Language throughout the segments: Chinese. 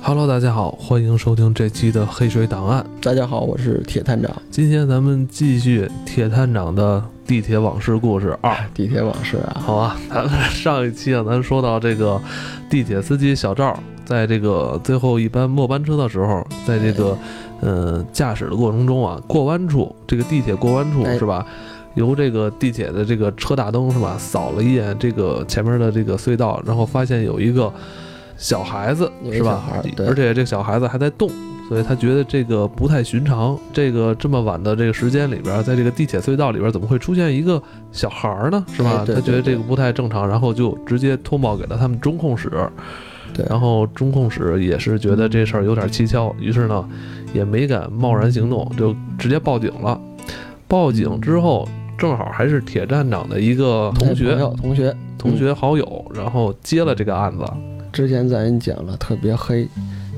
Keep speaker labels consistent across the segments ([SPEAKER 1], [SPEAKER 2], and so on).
[SPEAKER 1] Hello，大家好，欢迎收听这期的《黑水档案》。
[SPEAKER 2] 大家好，我是铁探长。
[SPEAKER 1] 今天咱们继续《铁探长的地铁往事故事二》，
[SPEAKER 2] 地铁往事啊，
[SPEAKER 1] 好吧？咱们 上一期啊，咱说到这个地铁司机小赵，在这个最后一班末班车的时候，在这个
[SPEAKER 2] 哎
[SPEAKER 1] 呃驾驶的过程中啊，过弯处这个地铁过弯处
[SPEAKER 2] 哎
[SPEAKER 1] 是吧？由这个地铁的这个车大灯是吧，扫了一眼这个前面的这个隧道，然后发现有一个小孩子
[SPEAKER 2] 有一
[SPEAKER 1] 是
[SPEAKER 2] 小
[SPEAKER 1] 吧
[SPEAKER 2] 孩儿？对
[SPEAKER 1] 而且这小孩子还在动，所以他觉得这个不太寻常。这个这么晚的这个时间里边，在这个地铁隧道里边，怎么会出现一个小孩儿呢？是吧
[SPEAKER 2] 哎？对
[SPEAKER 1] 他觉得
[SPEAKER 2] 对对
[SPEAKER 1] 这个不太正常，然后就直接通报给了他们中控室。
[SPEAKER 2] 对
[SPEAKER 1] 然后中控室也是觉得这事儿有点蹊跷，于是呢，也没敢贸然行动，就直接报警了。报警之后，正好还是铁站长的一个同
[SPEAKER 2] 哎
[SPEAKER 1] 学
[SPEAKER 2] 朋、友嗯同学，
[SPEAKER 1] 同学好友，然后接了这个案子。
[SPEAKER 2] 之前咱也讲了特别黑，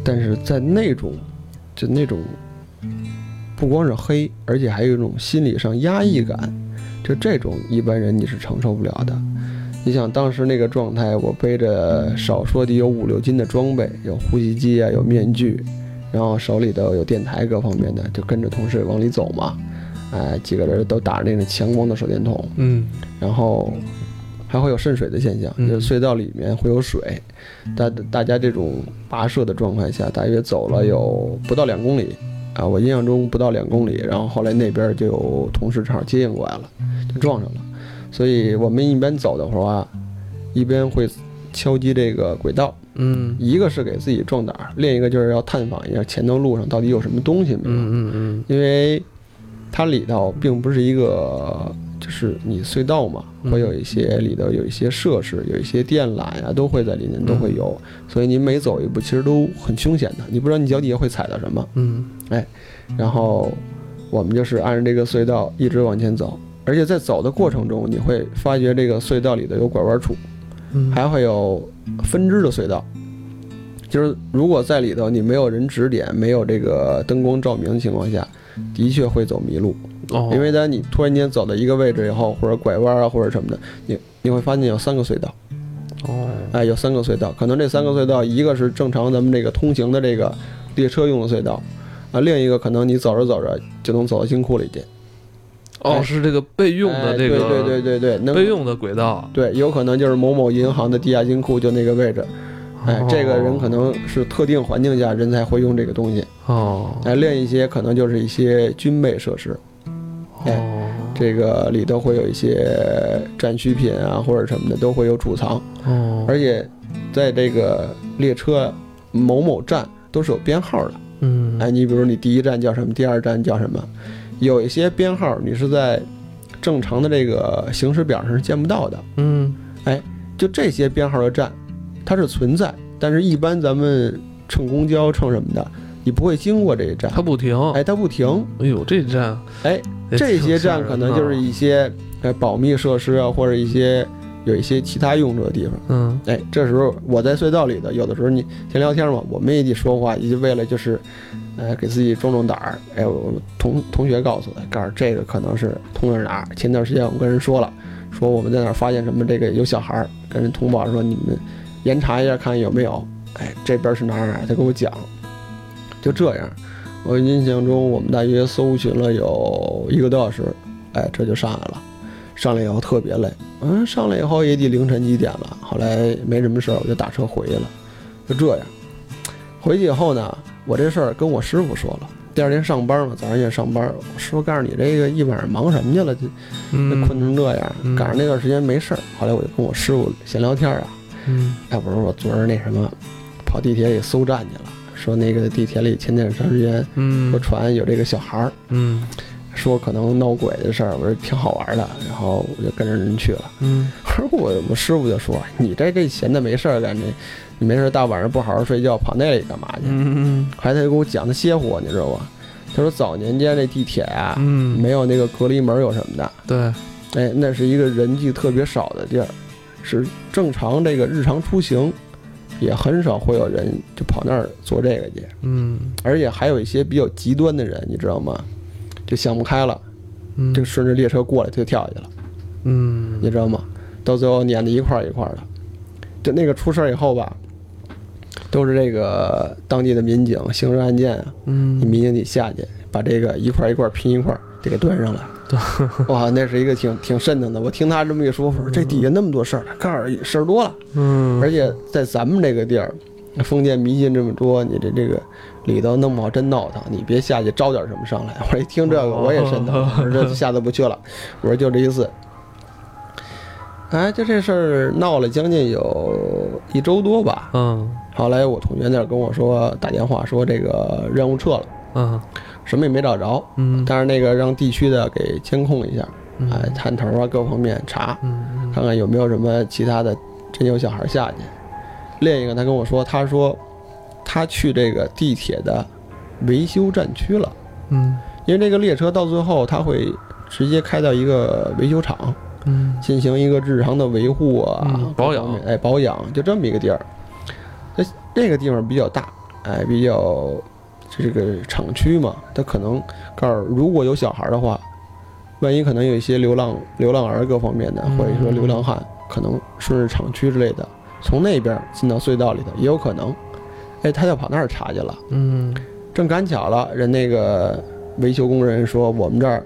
[SPEAKER 2] 但是在那种就那种不光是黑，而且还有一种心理上压抑感，就这种一般人你是承受不了的。你想当时那个状态，我背着少说得有五六斤的装备，有呼吸机啊，有面具，然后手里头有电台各方面的，就跟着同事往里走嘛。哎，几个人都打着那种强光的手电筒，
[SPEAKER 1] 嗯
[SPEAKER 2] 然后还会有渗水的现象，
[SPEAKER 1] 嗯
[SPEAKER 2] 就是隧道里面会有水。大大家这种跋涉的状态下，大约走了有不到两公里啊，我印象中不到两公里。然后后来那边就有同事正好接应过来了，就撞上了。所以我们一边走的话，一边会敲击这个轨道，
[SPEAKER 1] 嗯
[SPEAKER 2] 一个是给自己壮胆儿，另一个就是要探访一下前头路上到底有什么东西没有。
[SPEAKER 1] 嗯嗯嗯
[SPEAKER 2] 因为它里头并不是一个，就是你隧道嘛，
[SPEAKER 1] 嗯
[SPEAKER 2] 会有一些里头有一些设施，有一些电缆啊，都会在里
[SPEAKER 1] 嗯
[SPEAKER 2] 面都会有，所以你每走一步其实都很凶险的，你不知道你脚底下会踩到什么。
[SPEAKER 1] 嗯
[SPEAKER 2] 然后我们就是按着这个隧道一直往前走，而且在走的过程中，你会发觉这个隧道里头有拐弯处，
[SPEAKER 1] 嗯，
[SPEAKER 2] 还会有分支的隧道。就是如果在里头你没有人指点，没有这个灯光照明的情况下，的确会走迷路。
[SPEAKER 1] 哦，
[SPEAKER 2] 因为当你突然间走到一个位置以后，或者拐弯啊，或者什么的，你你会发现有三个隧道，
[SPEAKER 1] 哦
[SPEAKER 2] 哎，有三个隧道，可能这三个隧道，一个是正常咱们这个通行的这个列车用的隧道，啊，另一个可能你走着走着就能走到金库里去，
[SPEAKER 1] 哦，
[SPEAKER 2] 哎
[SPEAKER 1] 是这个备用的
[SPEAKER 2] 哎
[SPEAKER 1] 这个
[SPEAKER 2] 对对对对对，能
[SPEAKER 1] 备用的轨道。
[SPEAKER 2] 对，有可能就是某某银行的地下金库就那个位置，哎
[SPEAKER 1] 哦，
[SPEAKER 2] 这个人可能是特定环境下人才会用这个东西，
[SPEAKER 1] 哦
[SPEAKER 2] 哎，另一些可能就是一些军备设施，哎
[SPEAKER 1] 哦
[SPEAKER 2] 这个里头会有一些战需品啊或者什么的都会有储藏，
[SPEAKER 1] 哦
[SPEAKER 2] 而且在这个列车某某站都是有编号的。
[SPEAKER 1] 嗯
[SPEAKER 2] 哎，你比如你第一站叫什么，第二站叫什么，有一些编号你是在正常的这个行驶表上是见不到的。
[SPEAKER 1] 嗯
[SPEAKER 2] 就这些编号的站，它是存在，但是一般咱们乘公交乘什么的，你不会经过这一站。
[SPEAKER 1] 它不停。
[SPEAKER 2] 哎，它不停，
[SPEAKER 1] 哎呦，这站，
[SPEAKER 2] 哎，
[SPEAKER 1] 也
[SPEAKER 2] 这
[SPEAKER 1] 挺
[SPEAKER 2] 些
[SPEAKER 1] 吓
[SPEAKER 2] 站
[SPEAKER 1] 人
[SPEAKER 2] 可能就是
[SPEAKER 1] 的啊
[SPEAKER 2] 一些呃保密设施啊，或者一些有一些其他用处的地方。
[SPEAKER 1] 嗯
[SPEAKER 2] 哎，这时候我在隧道里头，有的时候你闲聊天嘛，我们也得说话，也就为了就是，呃，给自己壮壮胆儿。哎，我同同学告诉我，哎告诉这个可能是通到哪儿。前段时间我们跟人说了，说我们在哪儿发现什么这个有小孩儿，跟人通报说你们严查一下，看有没有。哎，这边是哪儿哪儿，他跟我讲，就这样。我印象中我们大约搜寻了有一个多小时，哎，这就上来了。上来以后特别累，嗯，上来以后也得凌晨几点了。后来没什么事儿，我就打车回去了，就这样。回去以后呢，我这事儿跟我师傅说了。第二天上班嘛，早上也上班。我师傅告诉你这个一晚上忙什么去了，就
[SPEAKER 1] 嗯
[SPEAKER 2] 困成这样。
[SPEAKER 1] 嗯
[SPEAKER 2] 赶上那段时间没事儿，后来我就跟我师傅闲聊天儿啊，
[SPEAKER 1] 嗯
[SPEAKER 2] 哎，我说我昨儿那什么，跑地铁里搜站去了，说那个地铁里前段时间
[SPEAKER 1] 嗯
[SPEAKER 2] 我传有这个小孩儿，
[SPEAKER 1] 嗯
[SPEAKER 2] 说可能闹鬼的事儿，我说挺好玩的，然后我就跟着人去了。
[SPEAKER 1] 嗯
[SPEAKER 2] 而我我师傅就说：“你这这闲的没事儿干，这你没事儿大晚上不好好睡觉，跑那里干嘛去？”
[SPEAKER 1] 嗯
[SPEAKER 2] 后来他就跟我讲，他歇火，你知道吧？他说早年间这地铁啊，
[SPEAKER 1] 嗯，
[SPEAKER 2] 没有那个隔离门有什么的，
[SPEAKER 1] 对，
[SPEAKER 2] 哎，那是一个人迹特别少的地儿，是正常这个日常出行也很少会有人就跑那儿做这个去，
[SPEAKER 1] 嗯
[SPEAKER 2] 而且还有一些比较极端的人，你知道吗？就想不开了，
[SPEAKER 1] 嗯
[SPEAKER 2] 就顺着列车过来就跳下去了。
[SPEAKER 1] 嗯
[SPEAKER 2] 你知道吗？到最后撵得一块儿一块儿的。就那个出事儿以后吧，都是这个当地的民警刑事案件啊，你
[SPEAKER 1] 嗯，
[SPEAKER 2] 民警你下去把这个一块儿一块儿拼一块儿得给端上来。哇，那是一个挺挺瘆腾的。我听他这么一说，我说这底下那么多事儿，告诉你事儿多了。
[SPEAKER 1] 嗯，
[SPEAKER 2] 而且在咱们这个地儿，封建迷信这么多，你这这个里头弄不好真闹腾，你别下去招点什么上来。我一听这个，我也瘆得慌，我说这下次不去了。我说就这一次。哎，就这事儿闹了将近有一周多吧。
[SPEAKER 1] 嗯
[SPEAKER 2] 后来我同学那儿跟我说打电话说这个任务撤了，
[SPEAKER 1] 嗯
[SPEAKER 2] 什么也没找着，
[SPEAKER 1] 嗯，
[SPEAKER 2] 但是那个让地区的给监控一下，
[SPEAKER 1] 嗯
[SPEAKER 2] 哎，探头啊各方面查。
[SPEAKER 1] 嗯
[SPEAKER 2] 看看有没有什么其他的真有小孩下去。另一个，他跟我说，他说他去这个地铁的维修站区了，
[SPEAKER 1] 嗯
[SPEAKER 2] 因为这个列车到最后他会直接开到一个维修厂，
[SPEAKER 1] 嗯
[SPEAKER 2] 进行一个日常的维护啊、
[SPEAKER 1] 嗯保养
[SPEAKER 2] 各方面哎，保养就这么一个地儿。那这个地方比较大，哎，比较这个厂区嘛，它可能告诉如果有小孩的话，万一可能有一些流浪流浪儿各方面的，
[SPEAKER 1] 嗯
[SPEAKER 2] 或者说流浪汉，可能顺着厂区之类的，从那边进到隧道里头也有可能。哎，他就跑那儿查去了。
[SPEAKER 1] 嗯
[SPEAKER 2] 正赶巧了，人那个维修工人说我们这儿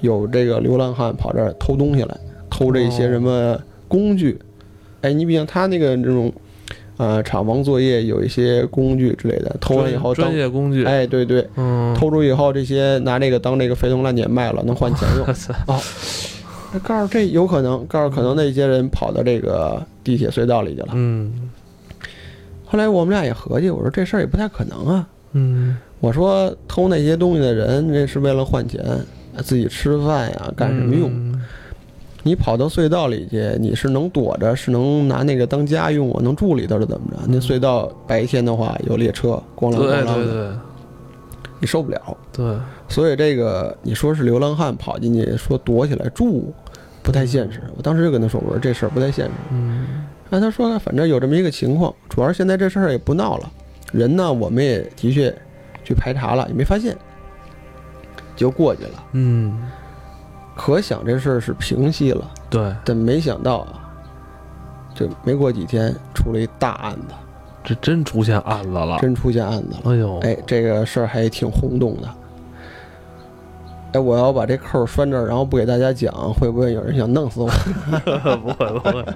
[SPEAKER 2] 有这个流浪汉跑这儿偷东西来，偷这
[SPEAKER 1] 哦
[SPEAKER 2] 些什么工具。哎，你比像他那个这种，呃，厂房作业有一些工具之类的，偷完以后当
[SPEAKER 1] 专，业工具，
[SPEAKER 2] 哎，对对，
[SPEAKER 1] 嗯，
[SPEAKER 2] 偷出以后这些拿这个当这个肥铜烂铁卖了，能换钱用。
[SPEAKER 1] 嗯
[SPEAKER 2] 那告诉这有可能，告诉可能那些人跑到这个地铁隧道里去了。
[SPEAKER 1] 嗯
[SPEAKER 2] 后来我们俩也合计，我说这事儿也不太可能啊。
[SPEAKER 1] 嗯
[SPEAKER 2] 我说偷那些东西的人，这是为了换钱，自己吃饭呀，干什么用？
[SPEAKER 1] 嗯
[SPEAKER 2] 你跑到隧道里去，你是能躲着，是能拿那个当家用，我能住里头是怎么着？那隧道白天的话有列车，咣啷咣
[SPEAKER 1] 嗯对
[SPEAKER 2] 啷
[SPEAKER 1] 对
[SPEAKER 2] 的，
[SPEAKER 1] 对
[SPEAKER 2] 你受不了。
[SPEAKER 1] 对，
[SPEAKER 2] 所以这个你说是流浪汉跑进去说躲起来住，不太现实。我当时就跟他说，我说这事儿不太现实。
[SPEAKER 1] 嗯
[SPEAKER 2] 那他说，反正有这么一个情况，主要是现在这事儿也不闹了，人呢我们也的确去排查了，也没发现，就过去了。
[SPEAKER 1] 嗯，
[SPEAKER 2] 可想这事儿是平息了，
[SPEAKER 1] 对，
[SPEAKER 2] 但没想到啊，这没过几天出了一大案子，
[SPEAKER 1] 这真出现案子了，
[SPEAKER 2] 真出现案子了。
[SPEAKER 1] 哎呦，
[SPEAKER 2] 哎，这个事儿还挺轰动的。哎，我要把这扣儿拴这儿，然后不给大家讲，会不会有人想弄死我？
[SPEAKER 1] 不会不会，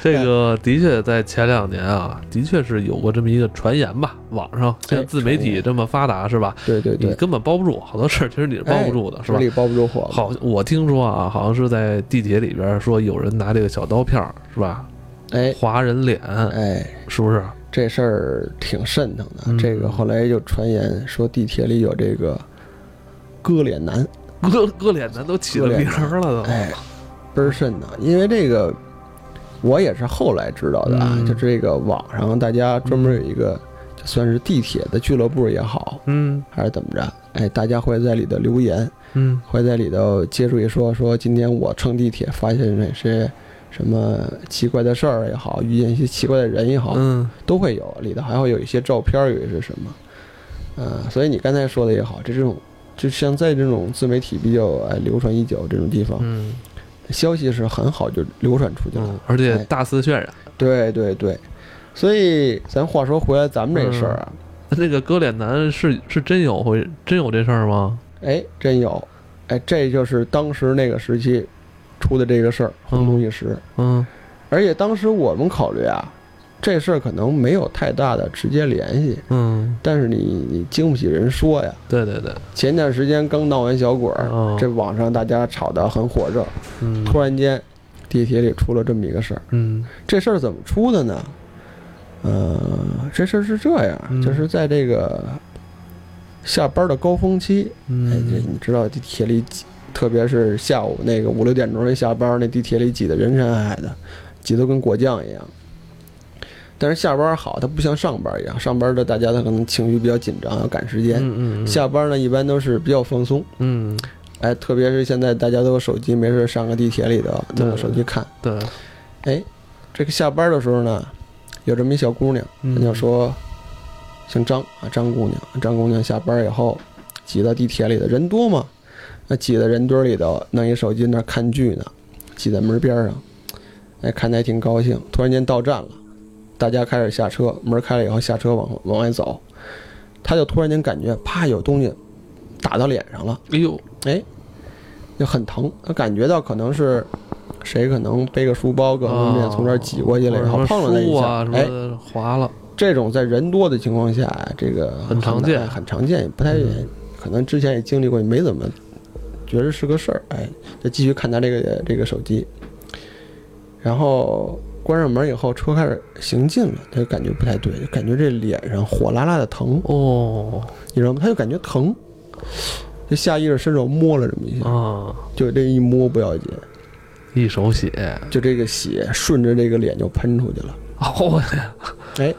[SPEAKER 1] 这个的确在前两年啊，的确是有过这么一个传言吧，网上现在自媒体这么发达是吧？
[SPEAKER 2] 对哎对哎
[SPEAKER 1] 你
[SPEAKER 2] 对，
[SPEAKER 1] 根本包不住，好多事儿其实你是包不住的，是吧
[SPEAKER 2] 纸？里包不住火。
[SPEAKER 1] 好，我听说啊，好像是在地铁里边说有人拿这个小刀片儿是吧，
[SPEAKER 2] 哎
[SPEAKER 1] 划人脸，
[SPEAKER 2] 哎，
[SPEAKER 1] 是不是？
[SPEAKER 2] 这事儿挺瘆腾的。
[SPEAKER 1] 嗯
[SPEAKER 2] 这个后来就传言说地铁里有这个割脸男，
[SPEAKER 1] 割割脸咱都起了名儿了都，
[SPEAKER 2] 哎，倍儿瘆的。因为这个我也是后来知道的啊，
[SPEAKER 1] 嗯
[SPEAKER 2] 就这个网上大家专门有一个，就算是地铁的俱乐部也好，
[SPEAKER 1] 嗯
[SPEAKER 2] 还是怎么着，哎，大家会在里头留言，
[SPEAKER 1] 嗯
[SPEAKER 2] 会在里头接触一说，说今天我乘地铁发现哪些。什么奇怪的事儿也好，遇见一些奇怪的人也好，
[SPEAKER 1] 嗯
[SPEAKER 2] 都会有，里头还会有一些照片儿，有一些什么，呃，所以你刚才说的也好，这这种就像在这种自媒体比较哎流传已久这种地方，
[SPEAKER 1] 嗯
[SPEAKER 2] 消息是很好就流传出去了。
[SPEAKER 1] 嗯，而且
[SPEAKER 2] 哎
[SPEAKER 1] 大肆渲染，
[SPEAKER 2] 对对对，所以咱话说回来，咱们这事儿啊，
[SPEAKER 1] 那个割脸男是是真有回真有这事儿吗？
[SPEAKER 2] 哎，真有，哎，这就是当时那个时期出的这个事儿，轰动一时。
[SPEAKER 1] 嗯
[SPEAKER 2] 而且当时我们考虑啊，这事儿可能没有太大的直接联系，
[SPEAKER 1] 嗯，
[SPEAKER 2] 但是你你经不起人说呀。
[SPEAKER 1] 对对对，
[SPEAKER 2] 前段时间刚闹完小鬼儿，
[SPEAKER 1] 哦
[SPEAKER 2] 这网上大家吵得很火热，
[SPEAKER 1] 嗯
[SPEAKER 2] 突然间地铁里出了这么一个事儿。
[SPEAKER 1] 嗯
[SPEAKER 2] 这事儿怎么出的呢？呃，这事儿是这样，
[SPEAKER 1] 嗯
[SPEAKER 2] 就是在这个下班的高峰期，哎，这
[SPEAKER 1] 嗯
[SPEAKER 2] 你知道地铁里挤，特别是下午那个五六点钟一下班，那地铁里挤得人山海海的，挤得跟果酱一样。但是下班好，它不像上班一样，上班的大家他可能情绪比较紧张，要赶时间。
[SPEAKER 1] 嗯嗯
[SPEAKER 2] 下班呢，一般都是比较放松，
[SPEAKER 1] 嗯
[SPEAKER 2] 哎，特别是现在大家都有手机，没事上个地铁里头弄个手机看。
[SPEAKER 1] 对，
[SPEAKER 2] 哎，这个下班的时候呢，有这么一小姑娘，
[SPEAKER 1] 嗯
[SPEAKER 2] 人家说姓张啊，张姑娘，张姑娘下班以后挤到地铁里的人多嘛，那挤在人堆里头，弄一手机那儿看剧呢，挤在门边上，哎，看的还挺高兴。突然间到站了，大家开始下车，门开了以后下车往往外走，他就突然间感觉啪有东西打到脸上了，
[SPEAKER 1] 哎呦，
[SPEAKER 2] 就很疼，他感觉到可能是谁可能背个书包各方面
[SPEAKER 1] 哦
[SPEAKER 2] 从这儿挤过去了，然后
[SPEAKER 1] 什
[SPEAKER 2] 碰
[SPEAKER 1] 么
[SPEAKER 2] 了他一
[SPEAKER 1] 书
[SPEAKER 2] 下，
[SPEAKER 1] 啊什
[SPEAKER 2] 哎，
[SPEAKER 1] 么的划了，
[SPEAKER 2] 这种在人多的情况下，这个
[SPEAKER 1] 很常见
[SPEAKER 2] 难很常见，也不太
[SPEAKER 1] 嗯
[SPEAKER 2] 可能之前也经历过，也没怎么觉得是个事儿，哎，就继续看他这个这个手机，然后关上门以后，车开始行进了，他就感觉不太对，就感觉这脸上火辣辣的疼，
[SPEAKER 1] 哦
[SPEAKER 2] 你知道吗？他就感觉疼，就下意识伸手摸了这么一下，
[SPEAKER 1] 啊，
[SPEAKER 2] 就这一摸不要紧，
[SPEAKER 1] 一手血，
[SPEAKER 2] 就这个血顺着这个脸就喷出去了。
[SPEAKER 1] 哦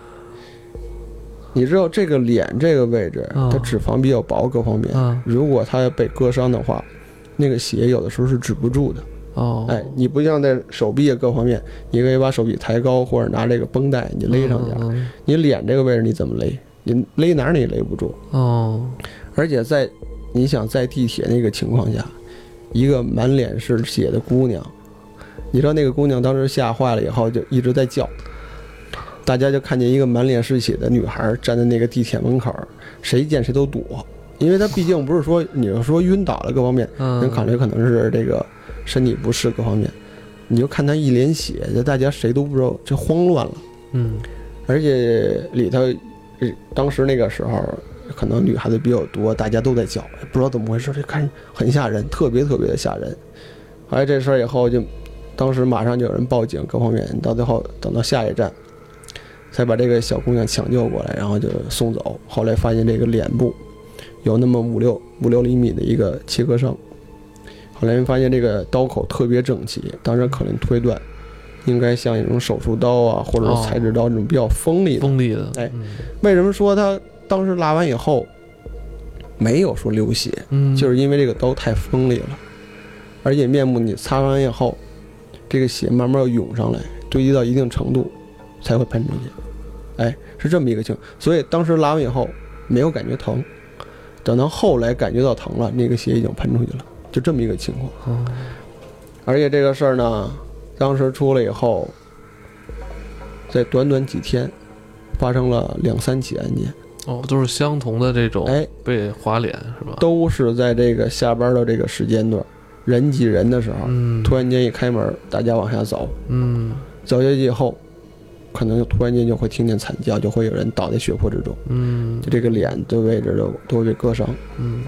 [SPEAKER 2] 你知道这个脸这个位置，
[SPEAKER 1] 啊
[SPEAKER 2] 它脂肪比较薄，各方面，
[SPEAKER 1] 啊
[SPEAKER 2] 如果它被割伤的话，那个血有的时候是止不住的。
[SPEAKER 1] 哦，
[SPEAKER 2] 哎，你不像在手臂啊各方面，你可以把手臂抬高，或者拿这个绷带你勒上点儿。
[SPEAKER 1] 嗯，嗯
[SPEAKER 2] 你脸这个位置你怎么勒？你勒哪儿你也勒不住。
[SPEAKER 1] 嗯哦，
[SPEAKER 2] 而且在你想在地铁那个情况下，一个满脸是血的姑娘，你知道那个姑娘当时吓坏了以后就一直在叫，大家就看见一个满脸是血的女孩站在那个地铁门口，谁见谁都躲，因为她毕竟不是说你要说晕倒了各方面，能
[SPEAKER 1] 嗯，
[SPEAKER 2] 考虑可能是这个身体不适各方面，你就看她一脸血，就大家谁都不知道，就慌乱了。
[SPEAKER 1] 嗯，
[SPEAKER 2] 而且里头，呃当时那个时候，可能女孩子比较多，大家都在叫，不知道怎么回事，这看着很吓人，特别特别的吓人。后来这事儿以后就，当时马上就有人报警，各方面，到最后等到下一站，才把这个小姑娘抢救过来，然后就送走。后来发现这个脸部有那么五六五六厘米的一个切割伤，后来发现这个刀口特别整齐，当时可能推断。应该像一种手术刀啊，或者是裁纸刀这种比较锋利的。
[SPEAKER 1] 锋利的，
[SPEAKER 2] 哎
[SPEAKER 1] 嗯，
[SPEAKER 2] 为什么说他当时拉完以后没有说流血，
[SPEAKER 1] 嗯，
[SPEAKER 2] 就是因为这个刀太锋利了，而且面部你擦完以后，这个血慢慢要涌上来，堆积到一定程度才会喷出去。哎，是这么一个情况，所以当时拉完以后没有感觉疼，等到后来感觉到疼了，那个血已经喷出去了，就这么一个情况。
[SPEAKER 1] 哦
[SPEAKER 2] 而且这个事儿呢，当时出了以后，在短短几天，发生了两三起案件，
[SPEAKER 1] 哦，都是相同的这种
[SPEAKER 2] 哎，
[SPEAKER 1] 被划脸是吧？
[SPEAKER 2] 都是在这个下班的这个时间段，人挤人的时候，
[SPEAKER 1] 嗯
[SPEAKER 2] 突然间一开门，大家往下走，
[SPEAKER 1] 嗯
[SPEAKER 2] 走下去以后，可能就突然间就会听见惨叫，就会有人倒在血泊之中，
[SPEAKER 1] 嗯
[SPEAKER 2] 就这个脸的位置都都会被割伤。
[SPEAKER 1] 嗯，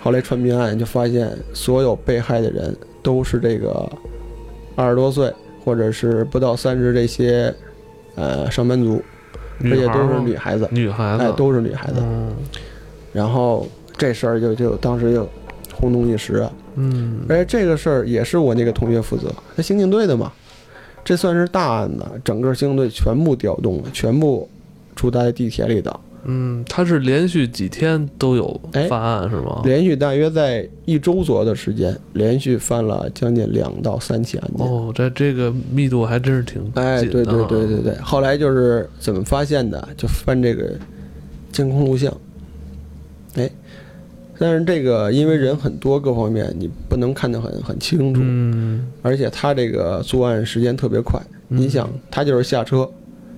[SPEAKER 2] 后来传命案就发现，所有被害的人都是这个二十多岁或者是不到三十这些呃上班族，而且
[SPEAKER 1] 女孩
[SPEAKER 2] 都
[SPEAKER 1] 儿
[SPEAKER 2] 是
[SPEAKER 1] 吗
[SPEAKER 2] 女孩子，
[SPEAKER 1] 女孩子，
[SPEAKER 2] 哎，都是女孩子。
[SPEAKER 1] 嗯
[SPEAKER 2] 然后这事儿就就当时就轰动一时啊。
[SPEAKER 1] 嗯
[SPEAKER 2] 而且这个事儿也是我那个同学负责，他刑警队的嘛，这算是大案子，整个刑警队全部调动了，全部驻扎在地铁里的，
[SPEAKER 1] 嗯，他是连续几天都有
[SPEAKER 2] 哎
[SPEAKER 1] 犯案是吗？
[SPEAKER 2] 连续大约在一周左右的时间，连续犯了将近两到三起案件。
[SPEAKER 1] 哦，这这个密度还真是挺紧的啊
[SPEAKER 2] 哎，对对对对对，后来就是怎么发现的？就翻这个监控录像。哎，但是这个因为人很多，各方面你不能看得很很清楚，
[SPEAKER 1] 嗯，
[SPEAKER 2] 而且他这个作案时间特别快。你想，他就是下车，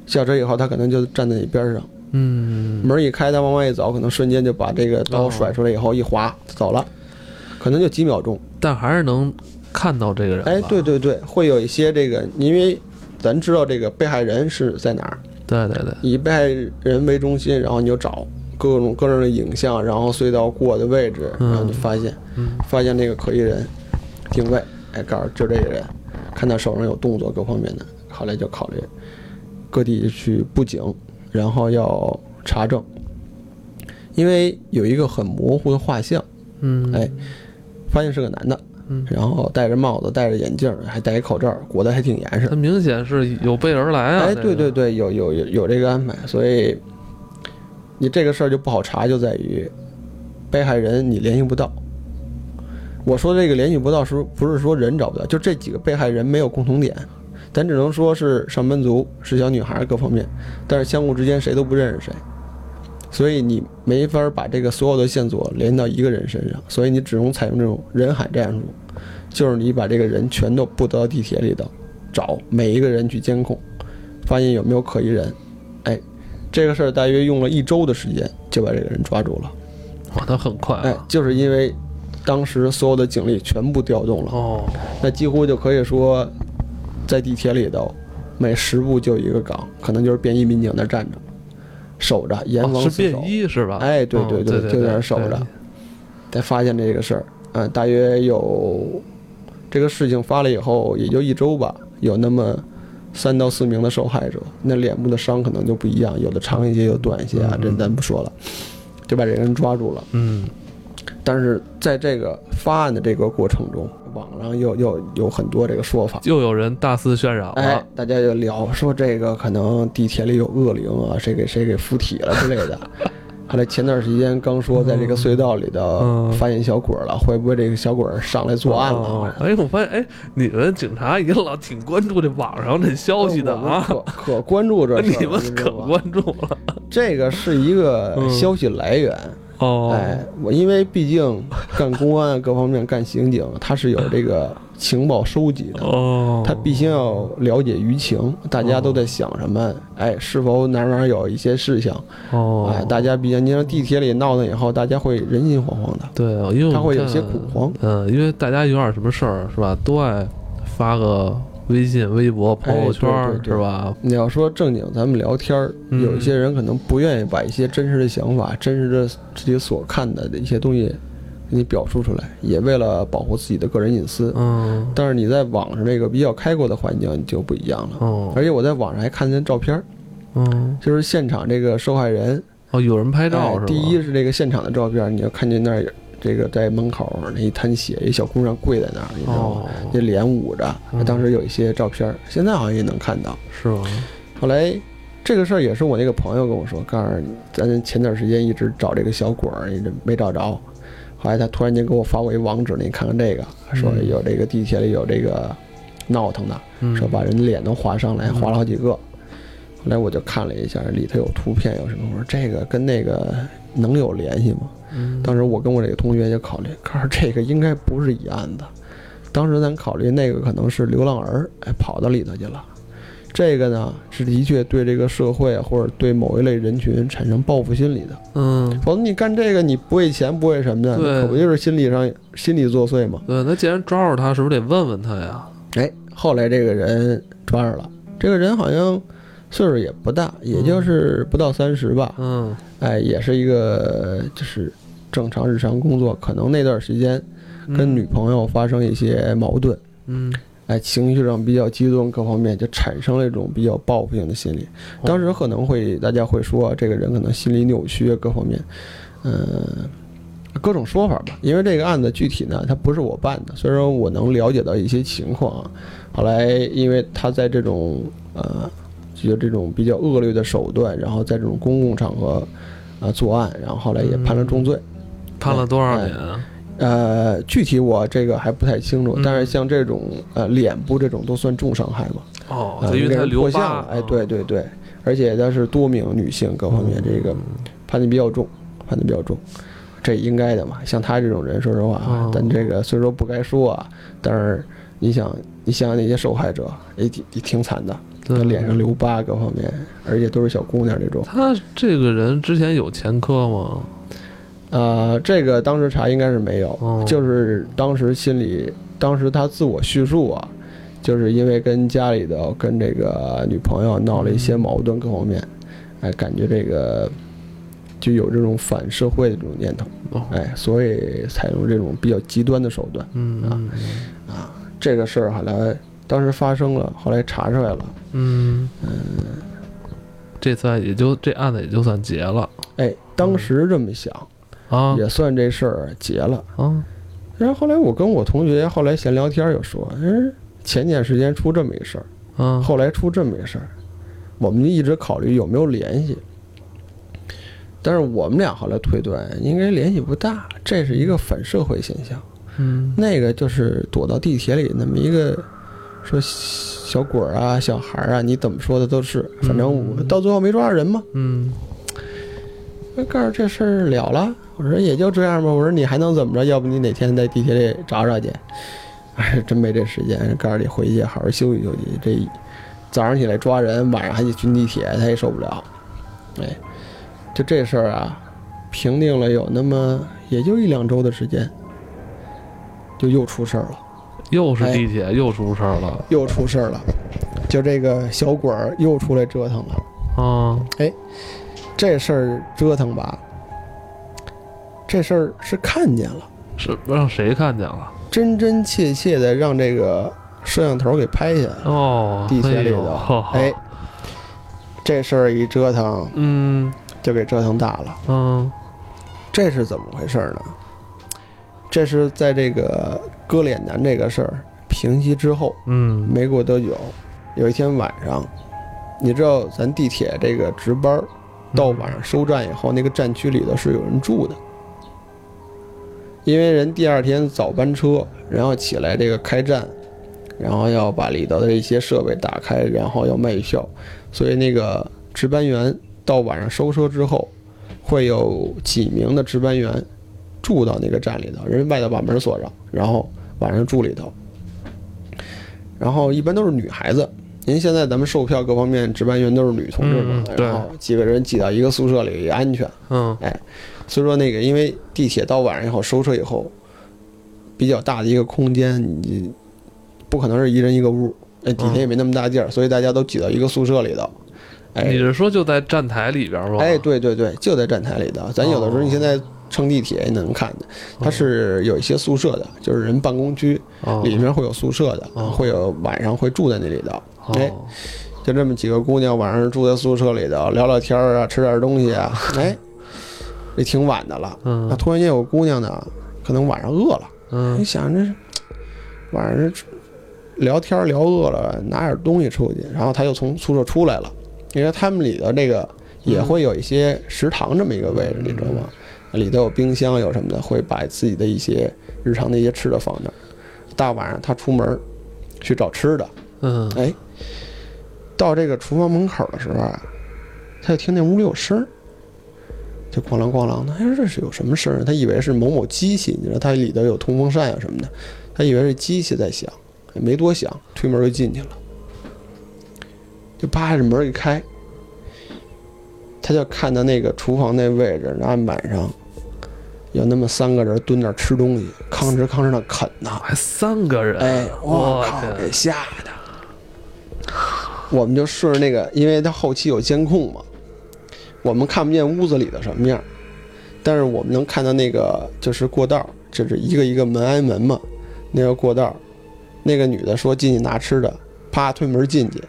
[SPEAKER 2] 下车以后他可能就站在你边上，
[SPEAKER 1] 嗯，
[SPEAKER 2] 门一开，他往外一走，可能瞬间就把这个刀
[SPEAKER 1] 哦
[SPEAKER 2] 甩出来以后一划走了，可能就几秒钟。
[SPEAKER 1] 但还是能看到这个人吧，
[SPEAKER 2] 哎，对对对，会有一些这个，因为咱知道这个被害人是在哪儿。
[SPEAKER 1] 对对对，
[SPEAKER 2] 以被害人为中心，然后你就找各种各样的影像，然后隧道过的位置，
[SPEAKER 1] 嗯
[SPEAKER 2] 然后就发现，
[SPEAKER 1] 嗯
[SPEAKER 2] 发现这个可疑人，定位，哎，告诉就这个人，看他手上有动作各方面的，后来就考虑各地去布警，然后要查证，因为有一个很模糊的画像，
[SPEAKER 1] 嗯，
[SPEAKER 2] 哎，发现是个男的
[SPEAKER 1] 嗯，
[SPEAKER 2] 然后戴着帽子，戴着眼镜，还戴一口罩，裹得还挺严实。
[SPEAKER 1] 他明显是有备而来啊，
[SPEAKER 2] 哎，
[SPEAKER 1] 这
[SPEAKER 2] 对对
[SPEAKER 1] 个，
[SPEAKER 2] 对，有有有有这个安排，所以你这个事儿就不好查，就在于被害人你联系不到。我说这个联系不到，是不不是说人找不到？就这几个被害人没有共同点，咱只能说是上班族，是小女孩儿各方面，但是相互之间谁都不认识谁，所以你没法儿把这个所有的线索联系到一个人身上，所以你只能采用这种人海战术，就是你把这个人全都布到地铁里头，找每一个人去监控，发现有没有可疑人，哎这个事儿大约用了一周的时间就把这个人抓住了。
[SPEAKER 1] 哇，他很快、啊，
[SPEAKER 2] 哎，就是因为当时所有的警力全部调动了，
[SPEAKER 1] 哦，
[SPEAKER 2] 那几乎就可以说，在地铁里头每十步就一个岗，可能就是便衣民警那站着，守着严防
[SPEAKER 1] 哦是
[SPEAKER 2] 死守。
[SPEAKER 1] 便衣是吧？
[SPEAKER 2] 哎对
[SPEAKER 1] 嗯
[SPEAKER 2] 对
[SPEAKER 1] 对
[SPEAKER 2] 对
[SPEAKER 1] 对，
[SPEAKER 2] 就在那儿守
[SPEAKER 1] 对
[SPEAKER 2] 着才发现这个事儿。嗯、大约有这个事情发了以后，也就一周吧，有那么三到四名的受害者，那脸部的伤可能就不一样，有的长一些，有的短一些啊，这咱不说了，就把这个人抓住了。
[SPEAKER 1] 嗯，
[SPEAKER 2] 但是在这个发案的这个过程中，网上又又有很多这个说法。
[SPEAKER 1] 又有人大肆渲染了，
[SPEAKER 2] 哎，大家就聊说这个可能地铁里有恶灵啊，谁给谁给附体了之类 的。后来前段时间刚说在这个隧道里的
[SPEAKER 1] 嗯
[SPEAKER 2] 发现小鬼儿了，会不会这个小鬼儿上来作案
[SPEAKER 1] 哦
[SPEAKER 2] 了？
[SPEAKER 1] 哎，我发现，哎，你们警察也老挺关注这网上这消息的啊，
[SPEAKER 2] 我们可可关注这事儿了，
[SPEAKER 1] 你们
[SPEAKER 2] 知
[SPEAKER 1] 可
[SPEAKER 2] 道吗
[SPEAKER 1] 关注了
[SPEAKER 2] 这个是一个
[SPEAKER 1] 嗯
[SPEAKER 2] 消息来源。
[SPEAKER 1] 哦。
[SPEAKER 2] 哎，我因为毕竟干公安各方面干刑警，他是有这个情报收集的。
[SPEAKER 1] 哦，
[SPEAKER 2] 他必须要了解舆情，大家都在想什么？哎，是否哪儿哪儿有一些事情？
[SPEAKER 1] 哦，
[SPEAKER 2] 哎，大家比较，你像地铁里闹腾以后，大家会人心惶惶的。
[SPEAKER 1] 对，因为
[SPEAKER 2] 他
[SPEAKER 1] 我
[SPEAKER 2] 会有
[SPEAKER 1] 看
[SPEAKER 2] 些恐慌。
[SPEAKER 1] 嗯，因为大家有点什么事儿是吧，都爱发个微信、微博、朋友圈、
[SPEAKER 2] 哎对对对
[SPEAKER 1] 是吧？
[SPEAKER 2] 你要说正经，咱们聊天儿，
[SPEAKER 1] 嗯
[SPEAKER 2] 有一些人可能不愿意把一些真实的想法、真实的自己所看的一些东西给你表述出来，也为了保护自己的个人隐私。
[SPEAKER 1] 嗯，
[SPEAKER 2] 但是你在网上这个比较开阔的环境，你就不一样了。
[SPEAKER 1] 哦，
[SPEAKER 2] 而且我在网上还看见照片儿，
[SPEAKER 1] 嗯，
[SPEAKER 2] 就是现场这个受害人
[SPEAKER 1] 哦，有人拍照
[SPEAKER 2] 哎
[SPEAKER 1] 是吧？
[SPEAKER 2] 第一是这个现场的照片，你就看见那儿有这个在门口那一滩血，一小姑娘跪在那儿，你知道吗？
[SPEAKER 1] 哦，
[SPEAKER 2] 那脸捂着
[SPEAKER 1] 嗯，
[SPEAKER 2] 当时有一些照片，现在好像也能看到。
[SPEAKER 1] 是吗？
[SPEAKER 2] 后来这个事儿也是我那个朋友跟我说，告诉咱前段时间一直找这个小鬼儿，一直没找着。后来他突然间给我发过一网址，你看看这个，说
[SPEAKER 1] 嗯
[SPEAKER 2] 有这个地铁里有这个闹腾的，
[SPEAKER 1] 嗯，
[SPEAKER 2] 说把人脸都划伤了，还
[SPEAKER 1] 嗯
[SPEAKER 2] 划了好几个。后来我就看了一下，里头有图片，有什么？我说这个跟那个能有联系吗？
[SPEAKER 1] 嗯，
[SPEAKER 2] 当时我跟我这个同学也考虑， 告诉这个应该不是一案子。当时咱考虑那个可能是流浪儿，哎，跑到里头去了。这个呢是的确对这个社会啊或者对某一类人群产生报复心理的。
[SPEAKER 1] 嗯，
[SPEAKER 2] 否则你干这个你不为钱不为什么的，
[SPEAKER 1] 对
[SPEAKER 2] 那可不就是心理上心理作祟吗？
[SPEAKER 1] 对，那既然抓住他，是不是得问问他呀？
[SPEAKER 2] 哎，后来这个人抓着了，这个人好像岁数也不大，也就是不到三十吧，
[SPEAKER 1] 嗯，
[SPEAKER 2] 哎，也是一个就是正常日常工作，可能那段时间
[SPEAKER 1] 嗯
[SPEAKER 2] 跟女，朋友发生一些矛盾，
[SPEAKER 1] 嗯，
[SPEAKER 2] 哎，情绪上比较激动，各方面就产生了一种比较报复性的心理。当时可能会大家会说，这个人可能心理扭曲啊，各方面，嗯。各种说法吧，因为这个案子具体呢，它不是我办的，虽然我能了解到一些情况啊。后来，因为他在这种呃，就这种比较恶劣的手段，然后在这种公共场合啊、呃作案，然后后来也判了重罪。
[SPEAKER 1] 判了多少
[SPEAKER 2] 哎
[SPEAKER 1] 年啊？
[SPEAKER 2] 呃，具体我这个还不太清楚
[SPEAKER 1] 嗯，
[SPEAKER 2] 但是像这种呃脸部这种都算重伤害嘛，
[SPEAKER 1] 哦，
[SPEAKER 2] 呃
[SPEAKER 1] 就因为
[SPEAKER 2] 给
[SPEAKER 1] 他
[SPEAKER 2] 人
[SPEAKER 1] 留
[SPEAKER 2] 破相
[SPEAKER 1] 疤啊哦
[SPEAKER 2] 了，，哎，对，对对，而且她是多名女性，各方面
[SPEAKER 1] 嗯
[SPEAKER 2] 这个判的比较重，判的比较重，这应该的嘛。像她这种人，说实话啊
[SPEAKER 1] 哦，
[SPEAKER 2] 咱这个虽说不该说啊，但是你想，你想想那些受害者也挺也挺惨的，她
[SPEAKER 1] 对
[SPEAKER 2] 脸上留疤各方面，而且都是小姑娘这种。
[SPEAKER 1] 他这个人之前有前科吗？
[SPEAKER 2] 呃，这个当时查应该是没有，
[SPEAKER 1] 哦
[SPEAKER 2] 就是当时心里，当时他自我叙述啊，就是因为跟家里的跟这个女朋友闹了一
[SPEAKER 1] 嗯
[SPEAKER 2] 些矛盾各方面，哎，感觉这个就有这种反社会的这种念头，
[SPEAKER 1] 哦，
[SPEAKER 2] 哎，所以采用这种比较极端的手段。
[SPEAKER 1] 嗯嗯
[SPEAKER 2] 啊这个事儿后来当时发生了，后来查出来了，
[SPEAKER 1] 嗯，这算也就这案子也就算结了
[SPEAKER 2] 哎，当时这么想，
[SPEAKER 1] 嗯啊
[SPEAKER 2] 也算这事儿结了。
[SPEAKER 1] 啊，
[SPEAKER 2] 然后后来我跟我同学后来闲聊天儿又说，嗯，前段时间出这么一事儿，
[SPEAKER 1] 嗯，
[SPEAKER 2] 后来出这么一事儿，我们就一直考虑有没有联系。但是我们俩后来推断，应该联系不大，这是一个反社会现象。
[SPEAKER 1] 嗯
[SPEAKER 2] 那个就是躲到地铁里那么一个，说小鬼儿啊、小孩儿啊，你怎么说的都是，反正我到最后没抓着人嘛。
[SPEAKER 1] 嗯
[SPEAKER 2] 那告诉这事儿了了，我说也就这样吧。我说你还能怎么着？要不你哪天在地铁里找找去？哎，真没这时间。告诉你回去好好休息休息。这一早上起来抓人，晚上还得巡地铁，他也受不了。哎，就这事儿啊，平定了有那么也就一两周的时间，就又出事儿了，
[SPEAKER 1] 又是地
[SPEAKER 2] 哎
[SPEAKER 1] 铁又出事儿了
[SPEAKER 2] 又出事儿了，就这个小鬼儿又出来折腾了。
[SPEAKER 1] 啊！
[SPEAKER 2] 这事儿折腾吧，这事儿是看见了，
[SPEAKER 1] 是让谁看见了？
[SPEAKER 2] 真真切切的让这个摄像头给拍下来。
[SPEAKER 1] 哦，
[SPEAKER 2] 地铁里头
[SPEAKER 1] 哎呦呵呵
[SPEAKER 2] 哎，这事儿一折腾
[SPEAKER 1] 嗯
[SPEAKER 2] 就给折腾大了。
[SPEAKER 1] 嗯
[SPEAKER 2] 这是怎么回事呢？这是在这个割脸男这个事儿平息之后，
[SPEAKER 1] 嗯
[SPEAKER 2] 没过多久，有一天晚上，你知道咱地铁这个值班儿到晚上收站以后，那个站区里头是有人住的，因为人第二天早班车，然后起来这个开站，然后要把里头的一些设备打开，然后要卖票，所以那个值班员到晚上收车之后，会有几名的值班员住到那个站里头，人外头把门锁上，然后晚上住里头。然后一般都是女孩子，因为现在咱们售票各方面值班员都是女同志嘛
[SPEAKER 1] 嗯，对
[SPEAKER 2] 然后几个人挤到一个宿舍里也安全。
[SPEAKER 1] 嗯
[SPEAKER 2] 所以说那个，因为地铁到晚上以后收车以后，比较大的一个空间，你不可能是一人一个屋，
[SPEAKER 1] 嗯
[SPEAKER 2] 那地铁也没那么大劲儿，所以大家都挤到一个宿舍里头。
[SPEAKER 1] 你
[SPEAKER 2] 哎
[SPEAKER 1] 是说就在站台里边吗？
[SPEAKER 2] 哎，对对对，就在站台里头。咱有的时候
[SPEAKER 1] 哦
[SPEAKER 2] 你现在乘地铁也能看见，它是有一些宿舍的，就是人办公区
[SPEAKER 1] 哦，
[SPEAKER 2] 里面会有宿舍的，
[SPEAKER 1] 哦
[SPEAKER 2] 会有晚上会住在那里头。哎，
[SPEAKER 1] 哦
[SPEAKER 2] 就这么几个姑娘晚上住在宿舍里头，聊聊天儿啊，吃点东西啊，哎，也挺晚的了。那
[SPEAKER 1] 嗯
[SPEAKER 2] 突然间有个姑娘呢，可能晚上饿了，你
[SPEAKER 1] 嗯
[SPEAKER 2] 想这是晚上这聊天聊饿了，拿点东西出去，然后她就从宿舍出来了，因为他们里头这个也会有一些食堂这么一个位置，你知道吗？里头有冰箱有什么的，会把自己的一些日常的一些吃的放那儿。大晚上她出门去找吃的，
[SPEAKER 1] 嗯
[SPEAKER 2] 哎，到这个厨房门口的时候啊，他就听见屋里有声儿，就咣啷咣啷的。哎，这是有什么声儿？他以为是某某机器，你知道，它里头有通风扇啊什么的，他以为是机器在响，也没多想，推门就进去了。就啪，这门一开，他就看到那个厨房那位置那案板上。有那么三个人蹲那儿吃东西，吭哧吭哧的啃呐、
[SPEAKER 1] 还三个人，
[SPEAKER 2] 哎，我
[SPEAKER 1] 我
[SPEAKER 2] 靠，
[SPEAKER 1] 天
[SPEAKER 2] 给吓的！我们就顺着那个，因为它后期有监控嘛，我们看不见屋子里的什么样，但是我们能看到那个就是过道，就是一个一个门挨门嘛，那个过道，那个女的说进去拿吃的，啪推门进去，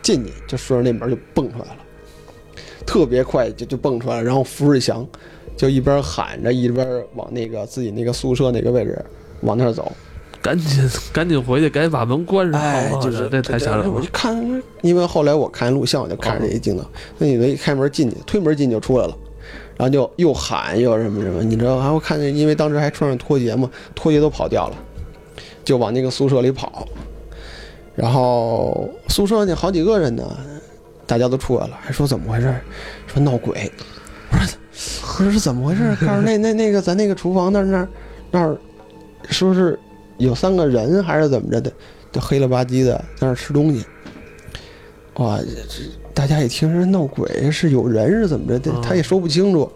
[SPEAKER 2] 进去就顺着那门就蹦出来了，特别快就就蹦出来了，然后扶着墙，就一边喊着一边往那个自己那个宿舍那个位置往那儿走。
[SPEAKER 1] 赶紧赶紧回去，赶紧把门关上。
[SPEAKER 2] 哎，
[SPEAKER 1] 我
[SPEAKER 2] 就是
[SPEAKER 1] 这太吓人
[SPEAKER 2] 我
[SPEAKER 1] 了哦
[SPEAKER 2] 就。看，因为后来我看录像，我就看着这一镜头，那女的一开门进去，推门进去就出来了，然后就又喊又什么什么，你知道？还我看见，因为当时还穿着拖鞋嘛，拖鞋都跑掉了，就往那个宿舍里跑。然后宿舍那好几个人呢，大家都出来了，还说怎么回事儿？说闹鬼。我说我说是怎么回事儿？告诉那那那个咱那个厨房那儿那儿那儿，说是有三个人还是怎么着的，就黑了吧唧的在那儿吃东西。哇，这这大家一听是闹鬼，是有人是怎么着的
[SPEAKER 1] 嗯，
[SPEAKER 2] 他也说不清楚。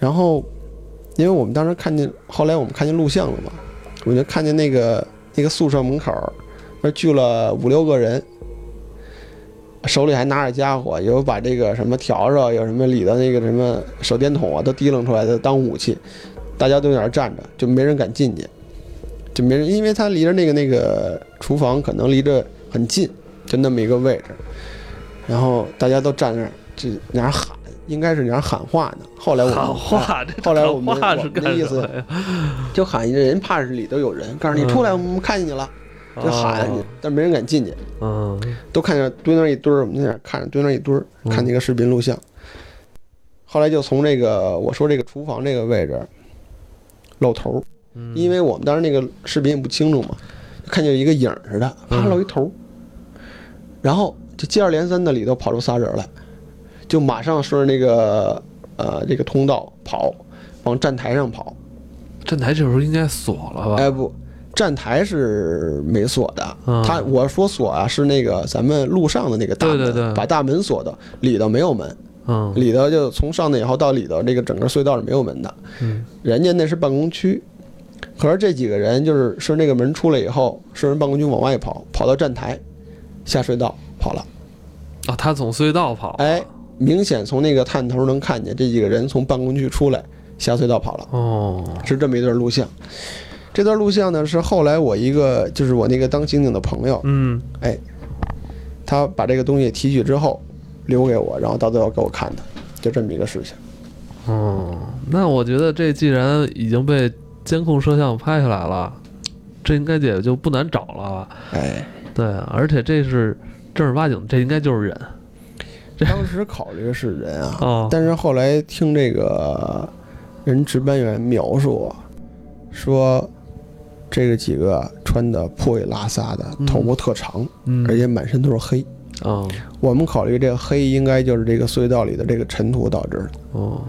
[SPEAKER 2] 然后，因为我们当时看见，后来我们看见录像了嘛，我就看见那个那个宿舍门口儿那聚了五六个人，手里还拿着家伙，有把这个什么笤帚，有什么里头那个什么手电筒啊，都提楞出来的当武器，大家都在那儿站着，就没人敢进去，就没人，因为他离着那个那个厨房可能离着很近，就那么一个位置，然后大家都站那儿，就那儿喊，应该是那儿喊话呢。后来我们
[SPEAKER 1] 喊话，这
[SPEAKER 2] 后来我们
[SPEAKER 1] 喊话是
[SPEAKER 2] 我们
[SPEAKER 1] 干
[SPEAKER 2] 的意
[SPEAKER 1] 什
[SPEAKER 2] 思
[SPEAKER 1] 么呀？
[SPEAKER 2] 就喊一个人，怕是里头有人，告诉你
[SPEAKER 1] 嗯
[SPEAKER 2] 出来，我们看见你了，就喊
[SPEAKER 1] 哦，
[SPEAKER 2] 但没人敢进去，
[SPEAKER 1] 嗯
[SPEAKER 2] 都看见蹲那儿一堆儿，我们在那儿看着蹲那儿一堆儿，
[SPEAKER 1] 嗯
[SPEAKER 2] 看那个视频录像。后来就从这个我说这个厨房这个位置露头儿，
[SPEAKER 1] 嗯，
[SPEAKER 2] 因为我们当时那个视频也不清楚嘛，就看见有一个影儿似的，啪
[SPEAKER 1] 嗯
[SPEAKER 2] 露一头儿，然后就接二连三的里头跑出仨人来，就马上顺着那个呃这个通道跑，往站台上跑，
[SPEAKER 1] 站台这时候应该锁了吧？
[SPEAKER 2] 哎不，站台是没锁的。
[SPEAKER 1] 嗯
[SPEAKER 2] 他我说锁啊，是那个咱们路上的那个大门，
[SPEAKER 1] 对对对
[SPEAKER 2] 把大门锁的，里头没有门。
[SPEAKER 1] 嗯
[SPEAKER 2] 里头就从上那以后到里头，这个整个隧道是没有门的，
[SPEAKER 1] 嗯
[SPEAKER 2] 人家那是办公区。可是这几个人就是顺那个门出来以后，顺着办公区往外跑，跑到站台，下隧道跑了。
[SPEAKER 1] 啊，他从隧道跑，
[SPEAKER 2] 哎，明显从那个探头能看见这几个人从办公区出来，下隧道跑了。
[SPEAKER 1] 哦，
[SPEAKER 2] 是这么一段录像。这段录像呢，是后来我一个就是我那个当刑警的朋友，哎
[SPEAKER 1] 嗯
[SPEAKER 2] 他把这个东西提取之后留给我，然后到最后给我看的，就这么一个事情。
[SPEAKER 1] 哦，那我觉得这既然已经被监控摄像拍下来了，这应该也就不难找了。
[SPEAKER 2] 哎，
[SPEAKER 1] 对，而且这是正儿八经，这应该就是人
[SPEAKER 2] 当时考虑的是人啊，
[SPEAKER 1] 哦，
[SPEAKER 2] 但是后来听这个人值班员描述啊，说这个几个穿的破衣拉撒的，
[SPEAKER 1] 嗯
[SPEAKER 2] 头发特长，
[SPEAKER 1] 嗯
[SPEAKER 2] 而且满身都是黑。
[SPEAKER 1] 哦
[SPEAKER 2] 我们考虑这个黑应该就是这个隧道里的这个尘土导致的。
[SPEAKER 1] 哦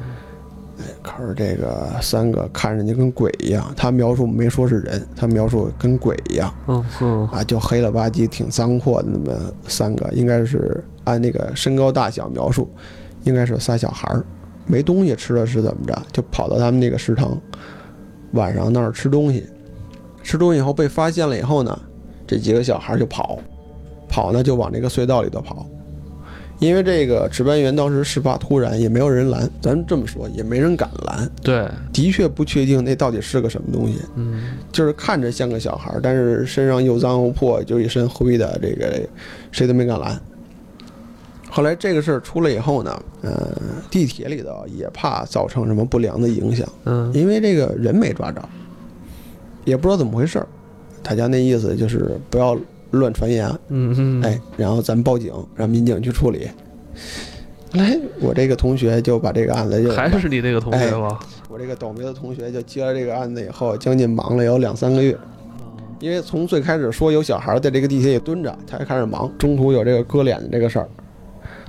[SPEAKER 2] 可是这个三个看上去跟鬼一样，他描述没说是人，他描述跟鬼一样
[SPEAKER 1] 嗯嗯
[SPEAKER 2] 啊，就黑了吧唧，挺脏阔的那么三个，应该是按那个身高大小描述，应该是仨小孩儿，没东西吃了是怎么着，就跑到他们那个食堂，晚上那儿吃东西，吃东西以后被发现了以后呢，这几个小孩儿就跑，跑呢就往这个隧道里头跑。因为这个值班员当时事发突然，也没有人拦，咱们这么说也没人敢拦，
[SPEAKER 1] 对，
[SPEAKER 2] 的确不确定那到底是个什么东西，
[SPEAKER 1] 嗯
[SPEAKER 2] 就是看着像个小孩，儿，但是身上又脏又破，就一身灰的，这个谁都没敢拦。后来这个事儿出来以后呢，呃，地铁里头也怕造成什么不良的影响，
[SPEAKER 1] 嗯
[SPEAKER 2] 因为这个人没抓着，也不知道怎么回事儿。大家那意思就是不要乱传言，
[SPEAKER 1] 嗯嗯，
[SPEAKER 2] 哎，然后咱报警，让民警去处理。来，我这个同学就把这个案子就
[SPEAKER 1] 还是你那个同学吗？
[SPEAKER 2] 我这个倒霉的同学就接了这个案子以后，将近忙了有两三个月，因为从最开始说有小孩在这个地铁里蹲着，他就开始忙，中途有这个割脸的这个事儿，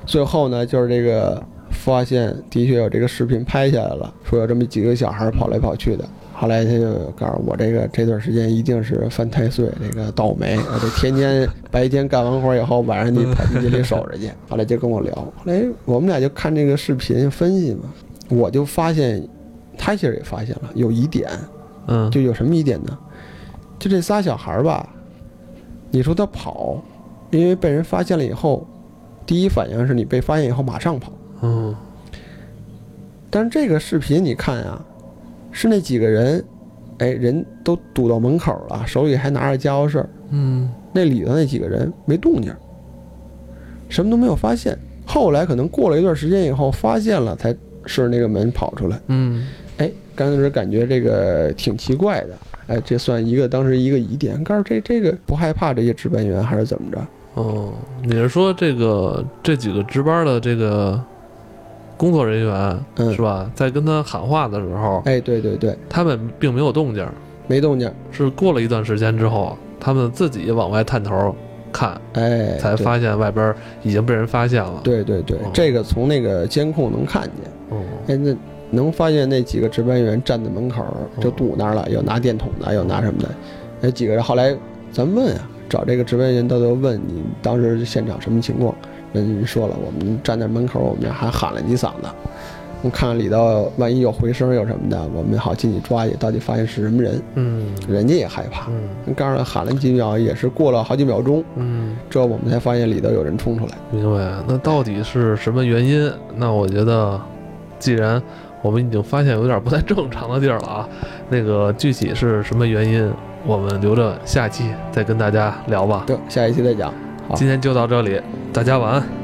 [SPEAKER 2] 最后呢就是这个发现的确有这个视频拍下来了，说有这么几个小孩跑来跑去的。后来他就告诉我，这个这段时间一定是犯太岁，这个倒霉，我这天天白天干完活以后，晚上你跑地铁里守着去。后来就跟我聊，后来我们俩就看这个视频分析嘛，我就发现，他其实也发现了有疑点，
[SPEAKER 1] 嗯，
[SPEAKER 2] 就有什么疑点呢？就这仨小孩儿吧，你说他跑，因为被人发现了以后，第一反应是你被发现以后马上跑。
[SPEAKER 1] 嗯
[SPEAKER 2] 但是这个视频你看啊，是那几个人，哎，人都堵到门口了，手里还拿着家伙事儿，
[SPEAKER 1] 嗯
[SPEAKER 2] 那里头那几个人没动静儿，什么都没有发现。后来可能过了一段时间以后，发现了才顺着那个门跑出来。
[SPEAKER 1] 嗯
[SPEAKER 2] 哎，刚开始感觉这个挺奇怪的，哎，这算一个当时一个疑点。告诉这这个不害怕这些值班员还是怎么着？
[SPEAKER 1] 哦，你是说这个这几个值班的这个工作人员、
[SPEAKER 2] 嗯
[SPEAKER 1] 是吧，在跟他喊话的时候，
[SPEAKER 2] 哎，对对对，
[SPEAKER 1] 他们并没有动静儿，
[SPEAKER 2] 没动静。
[SPEAKER 1] 是过了一段时间之后，他们自己往外探头看，
[SPEAKER 2] 哎，
[SPEAKER 1] 才
[SPEAKER 2] 对
[SPEAKER 1] 发现外边已经被人发现了。，
[SPEAKER 2] 对对对
[SPEAKER 1] 哦，
[SPEAKER 2] 这个从那个监控能看见。
[SPEAKER 1] 哦，
[SPEAKER 2] 哎，那能发现那几个值班员站在门口儿就堵那儿了，有拿电筒的，有拿什么的。那几个人后来咱问啊，找这个值班员到最后问你当时现场什么情况，人说了，我们站在门口儿，我们还喊了几嗓子，我们看看里头万一有回声有什么的，我们好进去抓去，到底发现是什么人，
[SPEAKER 1] 嗯
[SPEAKER 2] 人家也害怕。
[SPEAKER 1] 嗯
[SPEAKER 2] 刚才喊了几秒，也是过了好几秒钟，
[SPEAKER 1] 嗯，
[SPEAKER 2] 这我们才发现里头有人冲出来。
[SPEAKER 1] 明白。那到底是什么原因？那我觉得，既然我们已经发现有点不太正常的地儿了啊，那个具体是什么原因，我们留着下期再跟大家聊吧。
[SPEAKER 2] 对，下一期再讲。好
[SPEAKER 1] 今天就到这里，大家晚安。